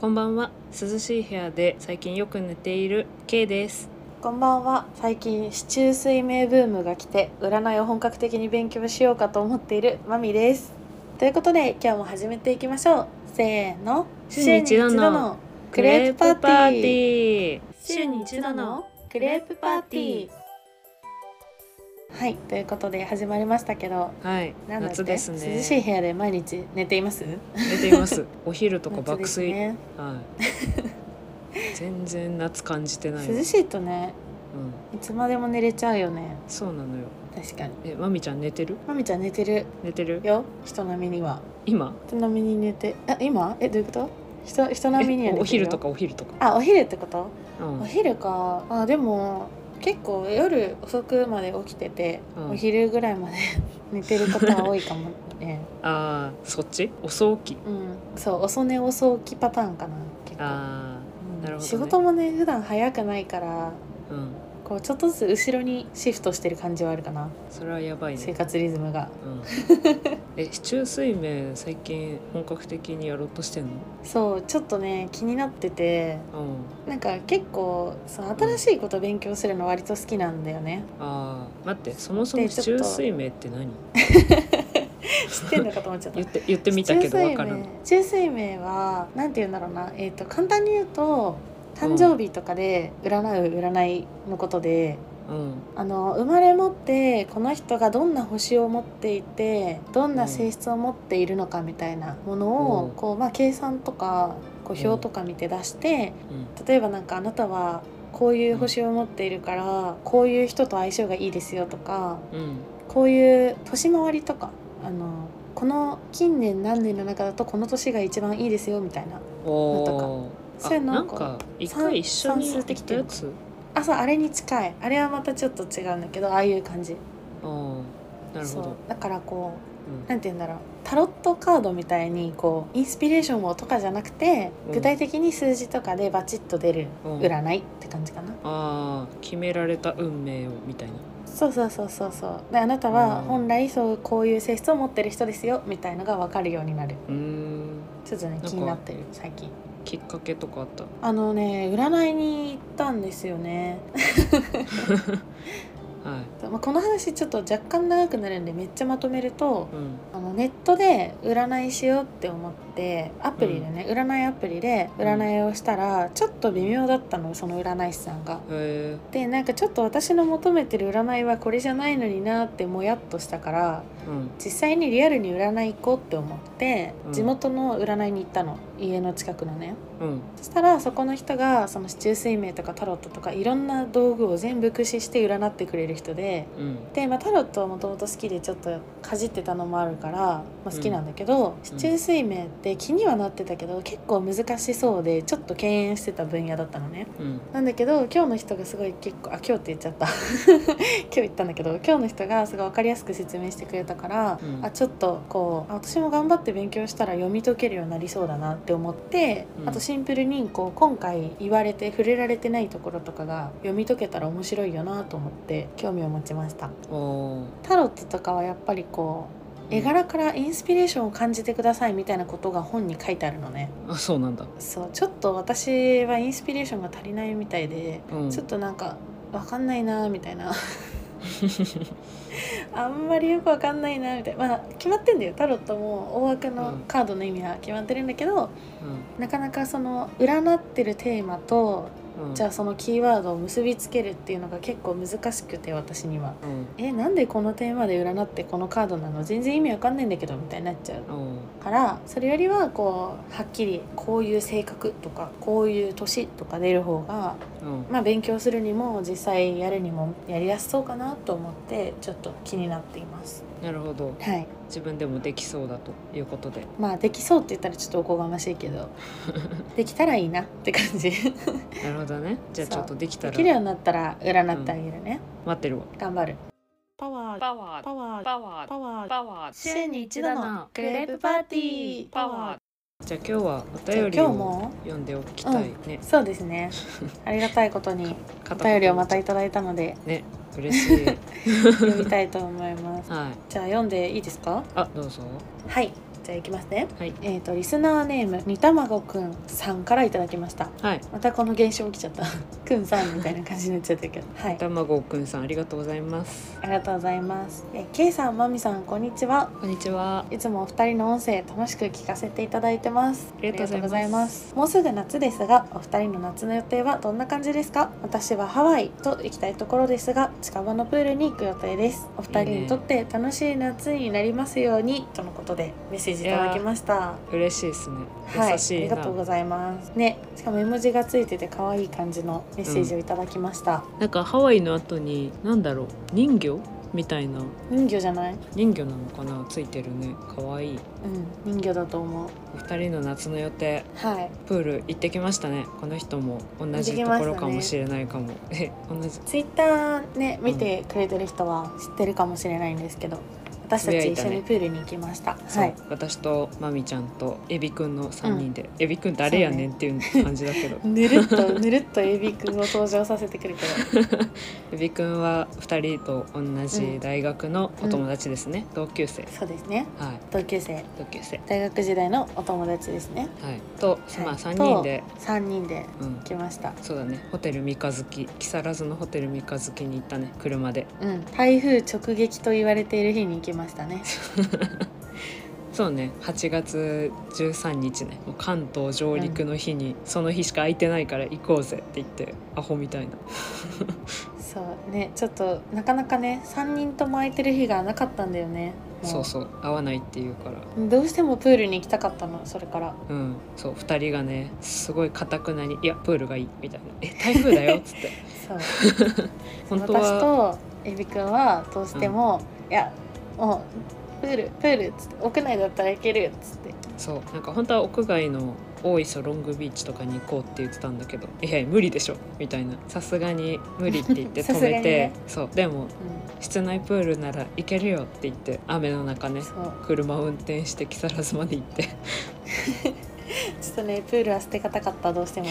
こんばんは涼しい部屋で最近よく寝ている K ですこんばんは最近市中水明ブームが来て占いを本格的に勉強しようかと思っているマミですということで今日も始めていきましょうせーの週に一度のクレープパーティーィー週に一度のクレープパーティーはいということで始まりましたけどはいなんだっけ夏ですね涼しい部屋で毎日寝ています寝ています お昼とか夏爆です睡、ねはい全然夏感じてないわ涼しいとねうんいつまでも寝れちゃうよねそうなのよ確かにえまみちゃん寝てるマミちゃん寝てる寝てるよ人並みには今人並みに寝てあ今えどういうこと人人並みにえは寝てるよお昼とかお昼とかあお昼ってこと、うんお昼かあでも結構夜遅くまで起きてて、うんお昼ぐらいまで 寝てることは多いかもね あーそっち遅起きうんそう遅寝遅起きパターンかな結構あうんなるほどね仕事もね普段早くないからーうんこうちょっとずつ後ろにシフトしてる感じはあるかな、それはやばいね生活リズムがうん え市中水面最近本格的にやろうとしてんのそうちょっとね気になっててうんなんか結構その新しいこと勉強するの割と好きなんだよね あー待ってそもそもで市ちょっ中と水面って 何知ってんのかと思っちゃっ た言って言ってみたけど分からない中水明はなんて言うんだろうな、えー、と簡単に言うと誕生日とかで占う占いのことで、うんあの生まれ持ってこの人がどんな星を持っていてどんうなん性質を持っているのかみたいなものを、うんこうまあ、計算とかこう表とか見て出して、うん例えばなんかあなたはこういう星を持っているからこういう人と相性がいいですよとかうんこういう年回りとかあのこの近年何年の中だとこの年が一番いいですよみたいなおーそれあななんんかか一回一緒にやったやつあそうあれに近いあれはまたちょっと違うんだけどああいう感じあーなるほそうどだからこうんうなんて言うんだろうタロットカードみたいにこうインスピレーションをとかじゃなくてうん具体的に数字とかでバチッと出るうん占いって感じかな、あー決められた運命をみたいなそうそうそうそうそうであなたはうん本来そうこういう性質を持ってる人ですよみたいのが分かるようになるうーんちょっとねか気になってる最近きっかけとかあったあのね占いに行ったんですよね はいまあ、この話ちょっと若干長くなるんでめっちゃまとめるとうんあのネットで占いしようって思ってアプリでね、占いアプリで占いをしたらちょっと微妙だったのその占い師さんが。へでなんかちょっと私の求めてる占いはこれじゃないのになってもやっとしたからえうん実際にリアルに占い行こうって思ってうん地元の占いに行ったの家の近くのね。うんそしたらそこの人がその市中水明とかタロットとかいろんな道具を全部駆使して占ってくれる人でうんで、まあ、タロットはもともと好きでちょっとかじってたのもあるから、まあ、好きなんだけど、市中水明って気にはなってたけど結構難しそうでちょっと敬遠してた分野だったのねうんなんだけど今日の人がすごい結構あ今日って言っちゃった 今日言ったんだけど今日の人がすごい分かりやすく説明してくれたから、うんあちょっとこうあ私も頑張って勉強したら読み解けるようになりそうだなって思って、うんあとシンプルにこう今回言われて触れられてないところとかが読み解けたら面白いよなと思って興味を持ちました。おータロットとかはやっぱりこう絵柄からインスピレーションを感じてくださいみたいなことが本に書いてあるのねあそうなんだ、そうちょっと私はインスピレーションが足りないみたいで、うん、ちょっとなんかわかんないなみたいな あんまりよくわかんないなみたいなまあ決まってんだよタロットも大枠のカードの意味は決まってるんだけど、うなかなかその占ってるテーマとんうん、じゃあそのキーワードを結びつけるっていうのが結構難しくて私には。うんえなんでこのテーマで占ってこのカードなの全然意味わかんないんだけどみたいになっちゃうおーからそれよりはこうはっきりこういう性格とかこういう年とか出る方が、うんまあ、勉強するにも実際やるにもやりやすそうかなと思ってちょっと気になっています。なるほどはい自分でもできそうだということでまあできそうって言ったらちょっとおこがましいけ どできたらいいなって感じでなるほどねじゃあちそうょっとできたきるよらうになったら占ってあげるね、待ってるわ頑張るパワーパワパワーパワパワーパワー週に一度のクレープパーティーパワーじゃあ今日はおじゃあ便り今日をも読んでおきたいね、そうですねありがたいこと にお片言便りをまたいただいたのでね嬉しい読みたいと思います はいじゃあ読んでいいですかあどうぞはいじゃあいきますねはいえっ、とリスナーネーム煮たまごくんさんからいただきましたはいまたこの現象起きちゃった くんさんみたいな感じになっちゃったけどはい卵くんさんありがとうございますありがとうございますえー K さんまみさんこんにちはこんにちはいつもお二人の音声楽しく聞かせていただいてますありがとうございますありがとうございますもうすぐ夏ですがお二人の夏の予定はどんな感じですか私はハワイと行きたいところですが近場のプールに行く予定ですお二人にとって楽しい夏になりますようにとのことでメッセージいただきました嬉しいですねはい、あ優しりいな、がとうございますね、しかも絵文字がついてて可愛い感じのメッセージをいただきました、なんかハワイの後に何だろう人魚みたいな人魚じゃない人魚なのかなついてるねかわいいうん、人魚だと思うお二人の夏の予定はい、プール行ってきましたねこの人も同じところかもしれないかも、え同じツイッターね見てくれてる人は知ってるかもしれないんですけど私たち一緒にプールに行きましたそう、はい私とマミちゃんとエビくんの3人で、エビくん誰やねんっていう感じだけ ど、ぬるっとぬるっとエビくんを登場させてくるけどエビくんは2人と同じ大学のお友達ですね、同級生そうですねはい同級生同級生大学時代のお友達ですねはいと、はいまあ3人で3人でうん行きましたそうだねホテル三日月木更津のホテル三日月に行ったね車でうん台風直撃と言われている日に行きましたねそうね8月13日ねもう関東上陸の日に、その日しか空いてないから行こうぜって言ってアホみたいなそうねちょっとなかなかね3人とも空いてる日がなかったんだよねもそうそう合わないっていうからどうしてもプールに行きたかったのそれからうんそう2人がねすごいかたくなに「いやプールがいい」みたいな「え台風 だよ」っつって そう本当私はとエビくんはどうしても、いやもうプールプールっつって屋内だったらいけるっつってそうなんか本当は屋外の大磯ロングビーチとかに行こうって言ってたんだけど「いやいや無理でしょ」みたいなさすがに無理って言って さ止すがにめて、ねそうでも室内プールなら行けるよって言って雨の中うねん、そう車を運転して木更津まで行って ちょっとねプールは捨てがたかったどうしても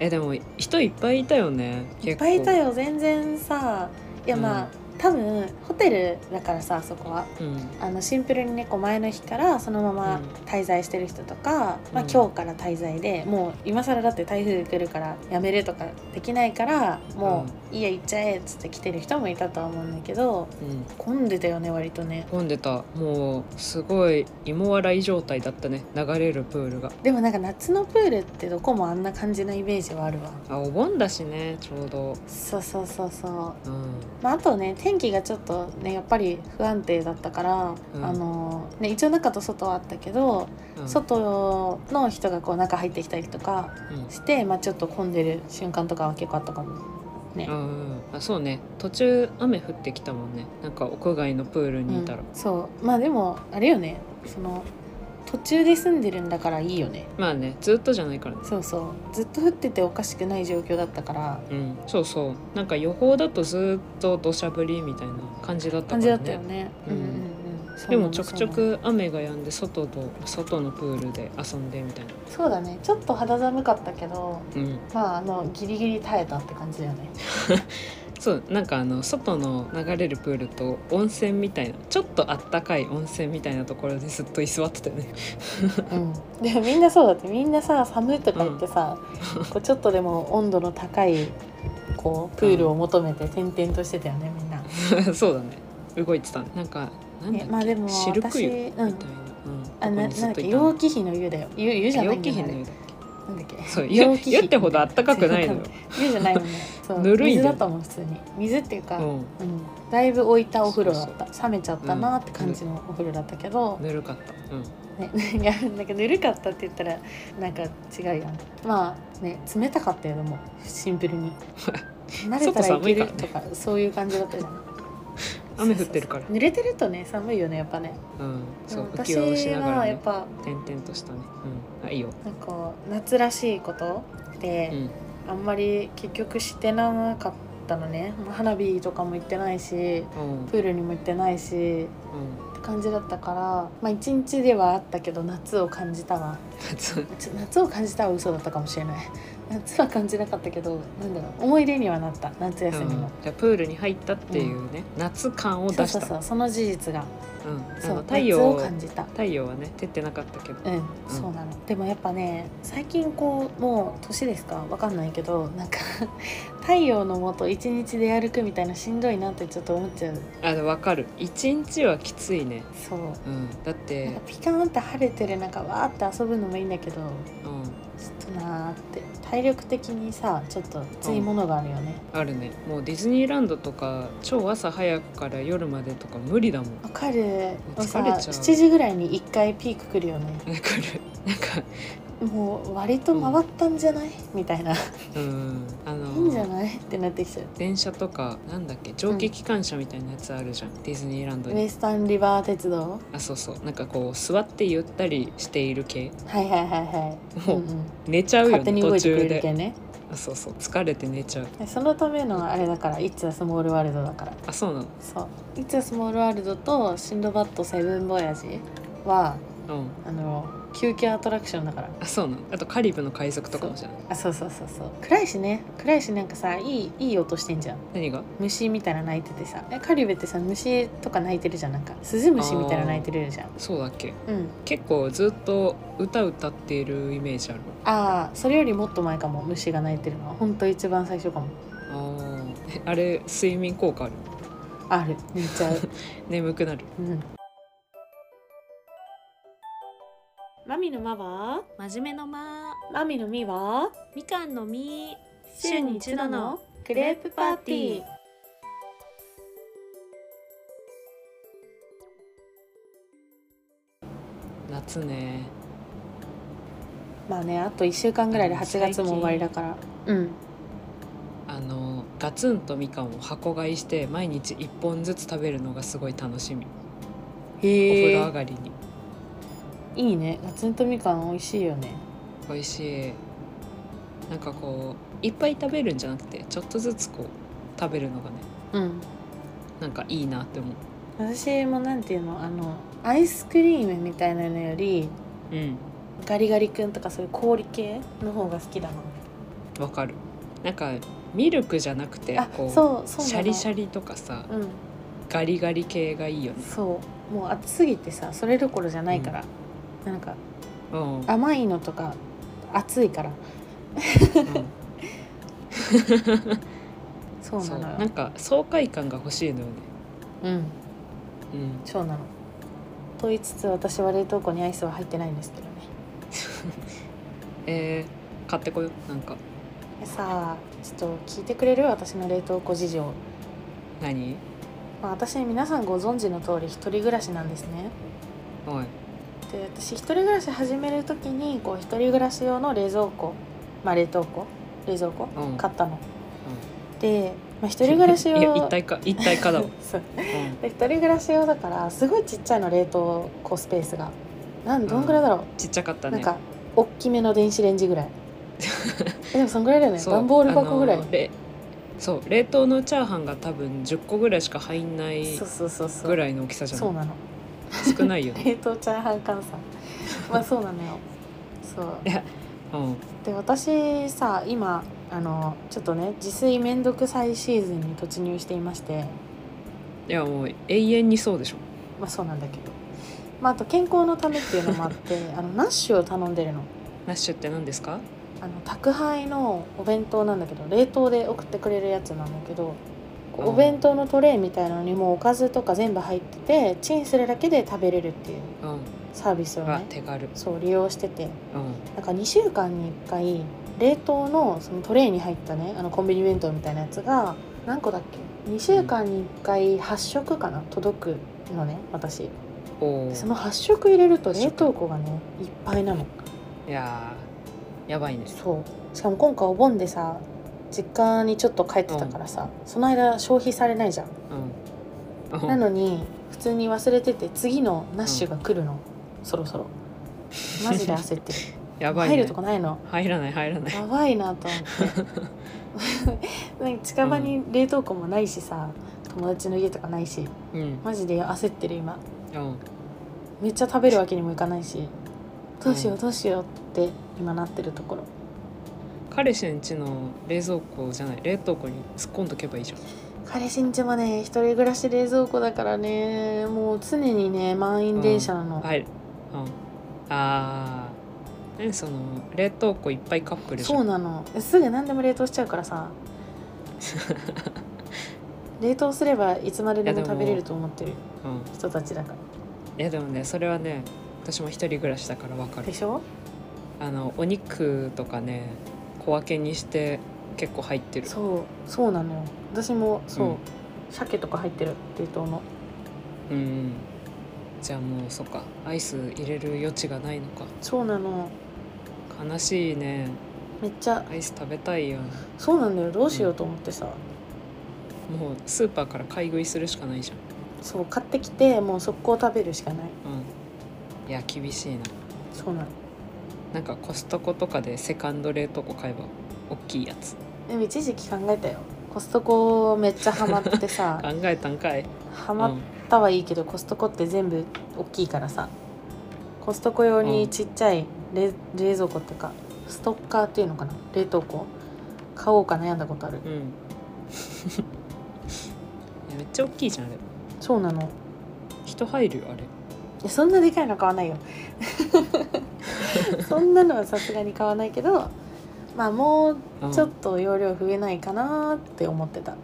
えでも人いっぱいいたよね結構いっぱいいたよ全然さいやまあ、うん多分ホテルだからさそこはうんあのシンプルにねこう前の日からそのまま滞在してる人とか、まあ、うん今日から滞在でもう今更だって台風来るからやめるとかできないからもういいや行っちゃえっつって来てる人もいたとは思うんだけどうん混んでたよね割とね混んでたもうすごい芋笑い状態だったね流れるプールがでもなんか夏のプールってどこもあんな感じのイメージはあるわあお盆だしねちょうどそうそうそうそううんまあ、あとね天気がちょっとねやっぱり不安定だったから、うんあのね、一応中と外はあったけど、うん外の人がこう中入ってきたりとかうんして、まあ、ちょっと混んでる瞬間とかは結構あったかもねう。んうんあそうね途中雨降ってきたもんねなんか屋外のプールにいたら、うんそうまあでもあれよねその途中で住んでるんだからいいよねまあねずっとじゃないからねそうそうずっと降ってておかしくない状況だったからうんそうそうなんか予報だとずっと土砂降りみたいな感じだったからね感じだったよね。うんうんうんうんそうでなものちょくそうちなょのく雨が止んで外と外のプールで遊んでみたいなそうだねちょっと肌寒かったけどうんまああのギリギリ耐えたって感じ だよねそうなんかあの外の流れるプールと温泉みたいなちょっとあったかい温泉みたいなところでずっと居座ってたよね うん、でもみんなそうだってみんなさ寒いとか言ってさ、こうちょっとでも温度の高いこうプールを求めて転々としてたよねみんな。そうだね動いてたねなんかなんだっけ、えまあでもシルク私、湯うみんたい、な、あうん、ななんここにずだっっとけいたの陽気比の湯だよ湯湯じゃない陽け気ど品のなん湯だだっけっけそう湯湯ってほどあったかく ないのよ、湯じゃないもんねそうぬるいん水だよだったもん普通に水っていうか、うんうだいぶ置いたお風呂だったそ冷めちゃったなって感じのお風呂だったけど、ん、ぬるかった、うん、ね、 いやなんかぬるかったって言ったらなんか違うやんまあね冷たかったよでもシンプ ルに慣れたらいけるとかそういう感じだったじゃん雨降ってるからそうそうそう濡れてるとね寒いよねやっぱねうん、そう浮私き輪をしながらはやねっぱ転々としたね、うん、あいいよ、なんか夏らしいことでう、ん、あんまり結局してなかったのねまあ花火とかも行ってないしうん プールにも行ってないしうんって感じだったからまあ一日ではあったけど夏を感じたわ夏ちょ夏を感じたは嘘だったかもしれない 夏は感じなかったけどなんだろう思い出にはなった夏休みの、うんじゃあプールに入ったっていうね、夏感をそう出しそたうそうその事実がうん、そうあの太熱を陽感じた太陽はね照ってなかったけど、うん、そうなのでもやっぱね最近こうもう年ですかわかんないけどなんか 太陽のもと一日で歩くみたいなしんどいなってちょっと思っちゃうあの分かる一日はきついね、そううん、だっなんかて、ピカーンって晴れてるなんかわーって遊ぶのもいいんだけどうん、ちょっとなーって体力的にさちょっと熱いものがあるよねあるねもうディズニーランドとか超朝早くから夜までとか無理だもんわわかるもうさ疲れちゃう7時ぐらいに1回ピーク来るよねかるなんかもう割と回ったんじゃない、みたいなうんあいいんじゃのないってなってきちゃう電車とかなんだっけ蒸気機関車みたいなやつあるじゃん、ディズニーランドウエにスタンリバー鉄道あそうそうなんかこう座ってゆったりしている系はいはいはいはいもうんん寝ちゃうよ勝手ねに動途いてく中れるけでんねあそうそう疲れて寝ちゃうそのためのあれだから「イッツ・ア・スモール・ワールド」だからあそうなそう「イッツ・ア・スモール・ワールド」と「シンドバッド・セブン・ボヤジ」はのうんあの休憩アトラクションだからあそうなのあとカリブの海賊とかもじゃんあそうそうそうそう暗いしね暗いしなんかさいいいい音してんじゃん何が虫みたいな鳴いててさえカリベってさ虫とか鳴いてるじゃんなんかスズムシみたいな鳴いてるじゃんそうだっけうん結構ずっと歌歌っているイメージあるああそれよりもっと前かも虫が鳴いてるのはほんと一番最初かもあーえあれ睡眠効果あるある寝ち ゃう眠くなるうんマミのマは真面目のまマミのミはみかんのみ週に一度のクレープパーティー夏ねまあねあと1週間ぐらいで8月も終わりだからうんあのガツンとみかんを箱買いして毎日1本ずつ食べるのがすごい楽しみ、お風へ呂上えがりにいいねガツンとみかん美味しいよね美味しいなんかこういっぱい食べるんじゃなくてちょっとずつこう食べるのがねうんなんかいいなって思う私もなんていうのあのアイスクリームみたいなのよりうんガリガリ君とかそういう氷系の方が好きだわかるなんかミルクじゃなくてなあこうそうそうなのシャリシャリとかさうんガリガリ系がいいよねそうもう暑すぎてさそれどころじゃないから、なんかうん、うん、甘いのとか暑いからそうそなうのよなんか爽快感が欲しいのよねうんうんそうなのと言いつつ私は冷凍庫にアイスは入ってないんですけどねえー、買ってこようなんかでさあちょっと聞いてくれる私の冷凍庫事情、何まあ、私皆さんご存知の通り一人暮らしなんですねおいで私一人暮らし始める時にこう一人暮らし用の冷蔵庫まあ冷凍庫冷蔵庫、うん買ったの、で、まあ、一人暮らし用 いや一体化一体化だわ、そううんで一人暮らし用だからすごいちっちゃいの冷凍庫スペースがなんどんぐらいだろう、ちっちゃかったなんねか大きめの電子レン ジぐらいえでもそんぐらいだよね段ボール箱ぐらい、あのれそう冷凍のチャーハンが多分10個ぐらいしか入んないそうそうそうそうぐらいの大きさじゃそうななのい少ないよね、冷凍チャーハン換 算まあそうなのよそううん、で私さ今あのちょっとね自炊めんどくさいシーズンに突入していましていやもう永遠にそうでしょまあそうなんだけど、まあ、あと健康のためっていうのもあって あのナッシュを頼んでるのナッシュって何ですかあの宅配のお弁当なんだけど冷凍で送ってくれるやつなんだけどこううんお弁当のトレイみたいなのにもうおかずとか全部入っててチンするだけで食べれるっていううサービスをんがね手軽そう利用しててうんなんか2週間に1回冷凍のそのトレイに入ったねあのコンビニ弁当みたいなやつが何個だっけ2週間に1回8食かな届くのね私おでそーの8食入れると冷凍庫がねいっぱいなのいやーやばいねそうしかも今回お盆でさ実家にちょっと帰ってたからさ、その間消費されないじゃん、うんなうんのに普通に忘れてて次のナッシュが来るの、そろそろマジで焦 ってるやばい、ね、入るとこないの入らない入らないやばいなと思って なんか近場に冷凍庫もないしさ、友達の家とかないしうんマジで焦ってる今うんめっちゃ食べるわけにもいかないしどうしよううんどうしようって今なってるところ彼氏ん家の冷蔵庫じゃない冷凍庫に突っ込んどけばいいじゃん彼氏んちもね一人暮らし冷蔵庫だからねもう常にね満員電車なの、はい、うん、あー何その冷凍庫いっぱいカップルじゃんそうなのすぐ何でも冷凍しちゃうか らさ冷凍すればいつまででいもやで食もべれると思ってるうん、人たちだかいやでもねそれはね私も一人暮らしだからわからるでしょあのお肉とかね小分けにして結構入ってるそうそうなのよ私もそう、うん鮭とか入ってる冷凍のうんじゃあもうそっかアイス入れる余地がないのかそうなの悲しいねめっちゃアイス食べたいよそうなんだよどうしようと思ってさ、もうスーパーから買い食いするしかないじそう買ってきてもう速攻食べるしかないゃんうんいや厳しいなそうなのなんかコストコとかでセカンド冷凍庫買えば大きいやつでも一時期考えたよコストコめっちゃハマっ てさ考えたんかい、ハうマっん、たはいいけどコストコって全部大きいからさコストコ用にちっちゃい冷冷蔵庫っていうかストッカーっていうのかな冷凍庫買おうか悩んだことあるうん いやめっちゃ大きいじゃんあれそうなの人入るよあれいやそんなでかいの買わないよそんなのはさすがに買わないけどまあもううんちょっと容量増えないかなって思ってた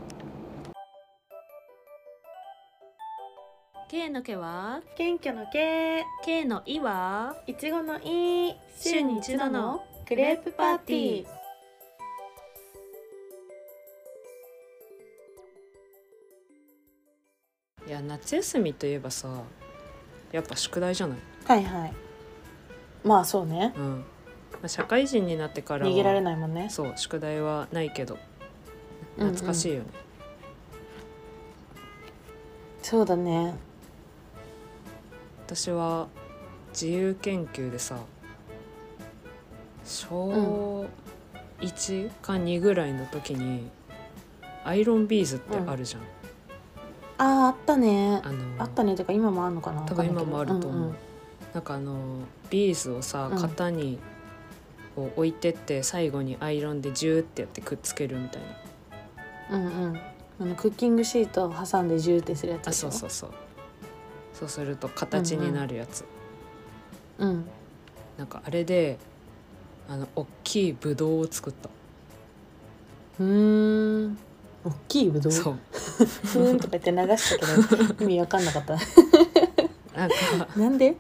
K の毛は謙虚のけ K のいはいちごのい週に一度のクレープパーティーいや夏休みといえばさやっぱ宿題じゃない、はいはいまあそうねうんまあ、社会人になってからは逃げられないもんねそう宿題はないけどうんうん懐かしいよね、そうだね私は自由研究でさ小1か2ぐらいの時にアイロンビーズってあるじゃん、あああったねあのあったねてか今もあるのかな多分今もあると思う、んんなんかあのビーズをさうん型にこう置いてって最後にアイロンでジューってやってくっつけるみたいなうんうんあのクッキングシートを挟んでジューってするやつあでしそょうそうそうそうすると形になるやつ、うんなんかあれであの大きいブドウを作ったうーん大きいぶどうそうふーんとか言って流した けど意味わかんなかったなんか なんで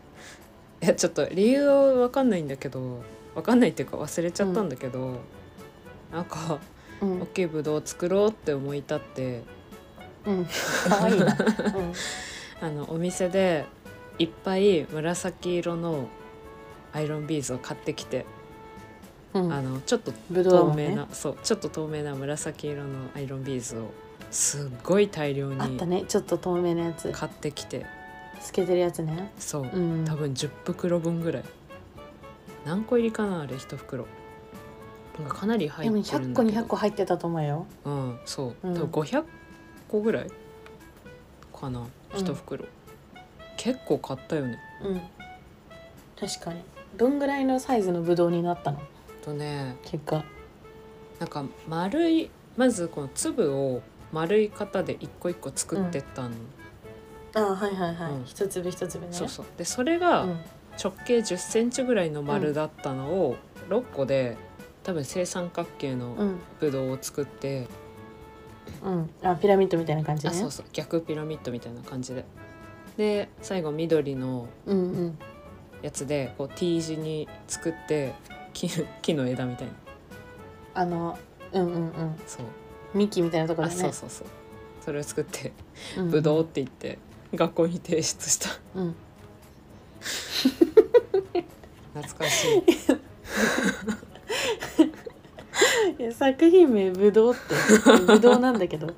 いやちょっと理由は分かんないんだけど分かんないっていうか忘れちゃったんだけど、なんかうん大きいブドウを作ろうって思い立ってうん可愛いなうんあのお店でいっぱい紫色のアイロンビーズを買ってきて、うんあのちょっとぶどう透も明ねな、そうちょっと透明な紫色のアイロンビーズをすっごい大量あっにたねちょっと透明なやつ買ってきて透けてるやつねそう、うん多分10袋分ぐらい何個入りかなあれ1袋なんかかなり入でってもるんだけど100個200個入ってたと思うようんそう、うん多分500個ぐらいかなうん1袋、結構買ったよねうん確かにどんぐらいのサイズのぶどうになったのとね結果なんか丸いまずこの粒を丸い型で一個一個作ってったの、あはいはいはい、うん一粒一粒ねそうそうでそれがうん直径1 0ンチぐらいの丸だったのを6個で多分正三角形うのんぶどうを作って、うんあピラミッドみたいな感じあねそうそう逆ピラミッドみたいな感じでで最後緑のうんうんやつでこう T 字に作って木木の枝みたいなあのうんうんうんそうミキみたいなところあだそねうそうそうそれを作ってうんうんぶどうって言って学校に提出したうん懐かしいいや作品名ぶどうってぶどうなんだけど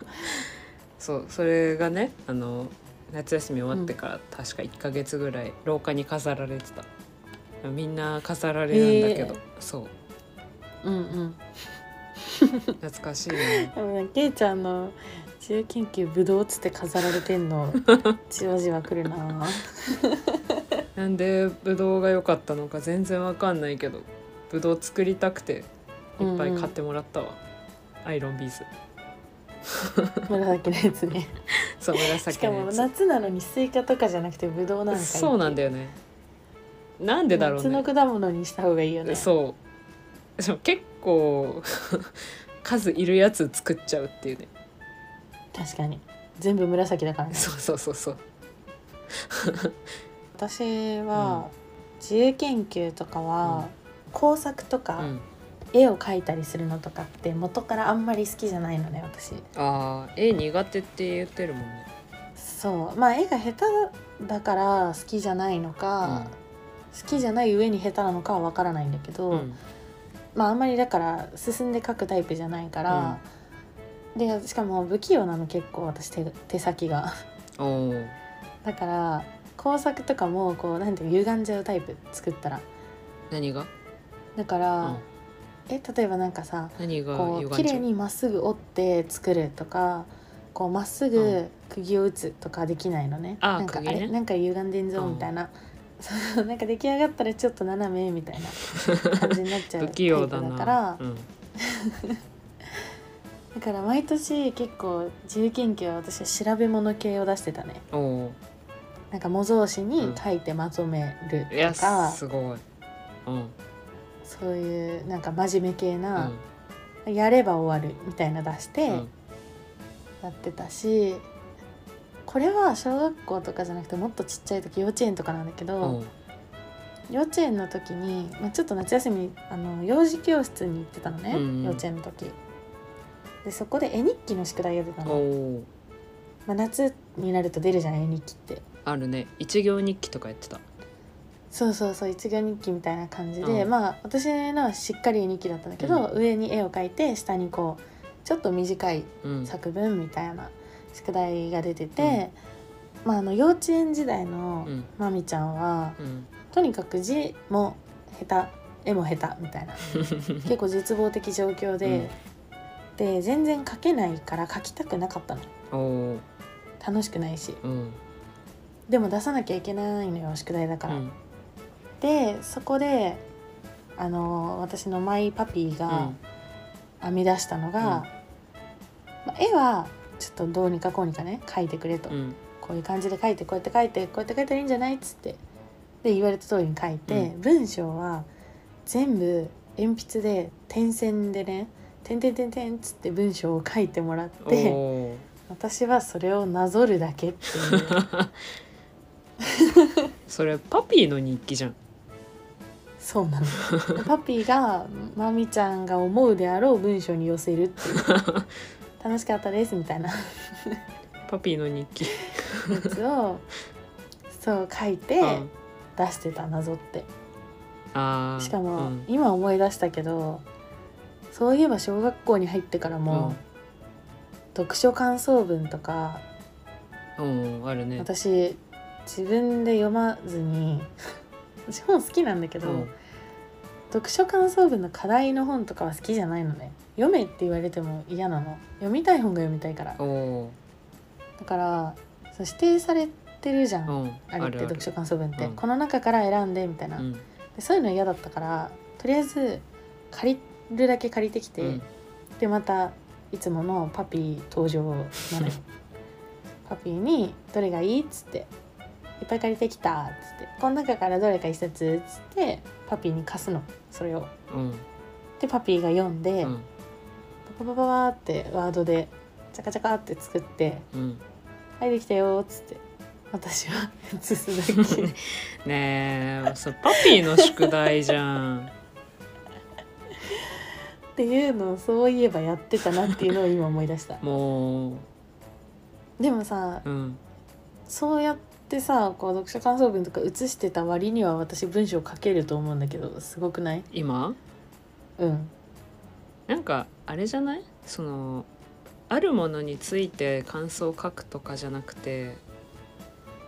そうそれがねあの夏休み終わってから確か1ヶ月ぐらい廊下に飾られてたみんな飾られるんだけど、へ そううんうん懐かしいよねでもねけいちゃんの自由研究ぶどうっつって飾られてんのじわじわく るななんでぶどうが良かったのか全然わかんないけどぶどう作りたくていっぱい買ってもらったわ、アイロンビーズ紫のやつ ねそうし紫かのもやつ夏なのにスイカとかじゃなくてブドウなんかそうなんだよよねなんでだろう夏のね果物にした方がいいよねそうでも結構 数いるやつ作っちゃうっていうね確かに全部紫だからねそうそうそうそう私は自由研究とかは、工作とうかん絵を描いたりするのとかって元からあんまり好きじゃないのね私あー絵苦手って言ってるもんねそうまあ絵が下手だから好きじゃないのか、好きじゃない上に下手なのかはわからないんだけうど、んうんまああんまりだから進んで描くタイプじゃないから、でしかも不器用なの結構私手手先が おーだから工作とかもこうなんていうか歪んじゃうタイプ作ったら何が、だかうら、ん、え例えばなんかさ何がこう歪綺んじゃ麗うにまっすぐ折って作るとかこうまっすうんぐ釘を打つとかできないのね、あーなんかあ釘ねれなんか歪んでんぞうんみたいな、そうなんか出来上がったらちょっと斜めみたいな感じになっちゃう 不タイ器用プだだなからうんだから毎年結構自由研究は私は調べ物系を出してたねおーなんか模造紙に書いてまとめるいやとか、すごいうんうんそういうなんか真面目系な、やれば終わるみたいな出して、うんやってたしこれは小学校とかじゃなくてもっとちっちゃい時幼稚園とかなんだけど、うん幼稚園の時に、まあ、ちょっと夏休みあの幼児教室に行ってたのね、うん幼稚園の時でそこで絵日記の宿題が出たおの、ーまあ、夏になると出るじゃん絵日記ってあるね一行日記とかやってたそうそうそう一行日記みたいな感じで、うんまあ私のはしっかり絵日記だったんだけど、う上に絵を描いて下にこうちょっと短いうん作文みたいな宿題が出てて、まあ、あの幼稚園時代のうんまみちゃんはうん とにかく字も下手絵も下手みたいな結構絶望的状況で、で全然書けないから書きたくなかったのおおー楽しくないしうんでも出さなきゃいけないのよ宿題だかうら。んでそこであの私のマイパピーうがん編み出したのが、うんまあ絵はちょっとどうにかこうにかね描いてくれと。うんこういう感じで書いてこうやって書いてこうやって書いたらいいんじゃないっつってで言われた通りに書いて、う文章は全部鉛筆で点線でね「点点点点」っつって文章を書いてもらっおておー私はそれをなぞるだけって いうそれパピーの日記じゃんそ うなのでパピーがまみちゃんが思うであろう文章に寄せるっ ていう楽しかったですみたいなパピーの日記やつをそう書いてうん出してたなぞって。あーしかも、うん今思い出したけどそういえば小学校に入ってからも、読書感想文とかうんあるね私自分で読まずに 私本好きなんだけうど、ん読書感想文の課題の本とかは好きじゃないのね読めって言われても嫌なの読みたい本が読みたいからおおだからそう指定されてるじゃん、ーうんあれって読書感想文って、うんこの中から選んでみたいな、うんでそういうの嫌だったからとりあえず借りるだけ借りてきて、うんでまたいつものパピー登場 なのよパピーに「どれがいい?」っつって「いっぱい借りてきた」っつって「この中からどれか一冊」っつってパピーに貸すのそれを。うんでパピーが読んで、うんパパパパーってワードでチャカチャカって作ってうん「はいできたよ」っつって 私は 写すだけねえ それパピーの宿題じゃんっていうのをそういえばやってたなっていうのを今思い出したもうでもさうんそうやってさこう読書感想文とか写してた割には私文章書けると思うんだけどすごくない今うんなんかあれじゃないそのあるものについて感想を書くとかじゃなくて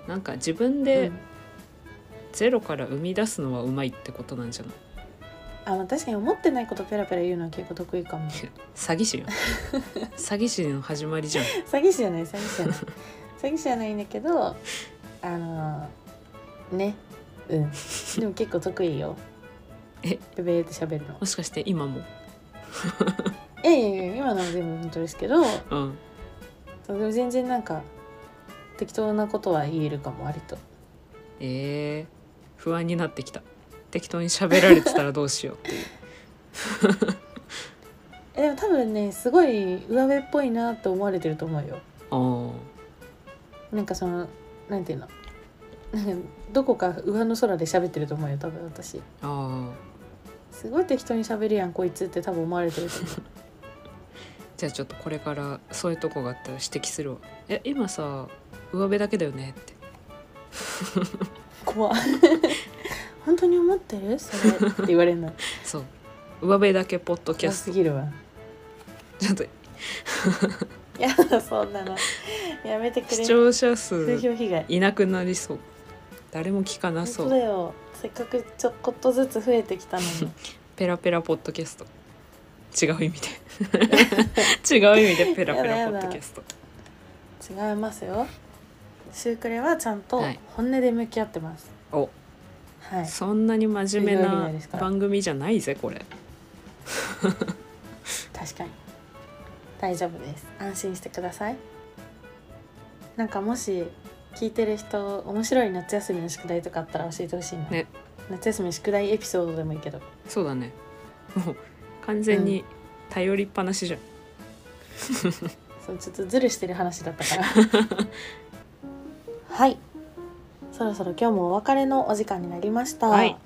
なんか自分うでんゼロから生み出すのはうまいってことなんじゃない、あまあ確かに思ってないことペラペラ言うのは結構得意か も詐詐欺師よ詐欺師の始まりじゃん欺師じゃない詐欺師じゃない詐欺師じゃないんだけどあのーねうんでも結構得意よえベベーって喋るのもしかして今もいやいやいや今のは全部本当ですけどうんそうでも全然なんか適当なことは言えるかも割とえー、不安になってきた適当に喋られてたらどう しようっていうえでも多分ねすごい上辺っぽいなって思われてると思うよあーなんかそのなんていうのなんかどこか上の空で喋ってると思うよ多分私あーすごい適当に喋るやんこいつって多分思われてると思 うじゃあちょっとこれからそういうとこがあったら指摘するわえ今さ上辺だけだよねって怖い本当に思ってるそれって言われるのそう上辺だけポッド キャ怖スすトぎるわちょっといやだそんなのやめてくれ視聴者風数評被害いなくなりそう誰も聞かなそそううだよせっかくちょこっとずつ増えてきたのにペラペラポッドキャスト違う意味で違う意味でペラペラポッドキャスト違いますよシュークレはちゃんとはい本音で向き合ってますおはいそんなに真面目違う意味なないですから番組じゃないぜこれ確かに大丈夫です安心してくださいなんかもし聞いてる人面白い夏休みの宿題とかあったら教えてほしいな、ね夏休み宿題エピソードでもいいけどそうだねもう完全に頼りっぱなしじゃん、そうちょっとズルしてる話だったから はいそろそろ今日もお別れのお時間になりました、はい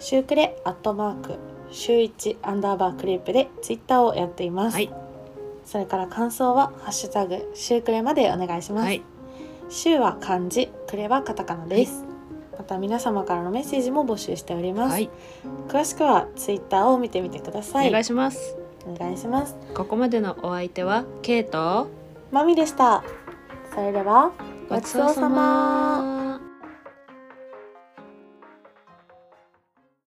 週クレアットマーク週一アンダーバークレープでツイッターをやっています、はいそれから感想はハッシュタグ週クレまでお願いします、はい週は漢字クレはカタカナです、また皆様からのメッセージも募集しております、はい、詳しくはツイッターを見てみてくださいお願いしますお願いしますここまでのお相手はケイトまみでしたそれではごちそうさまごち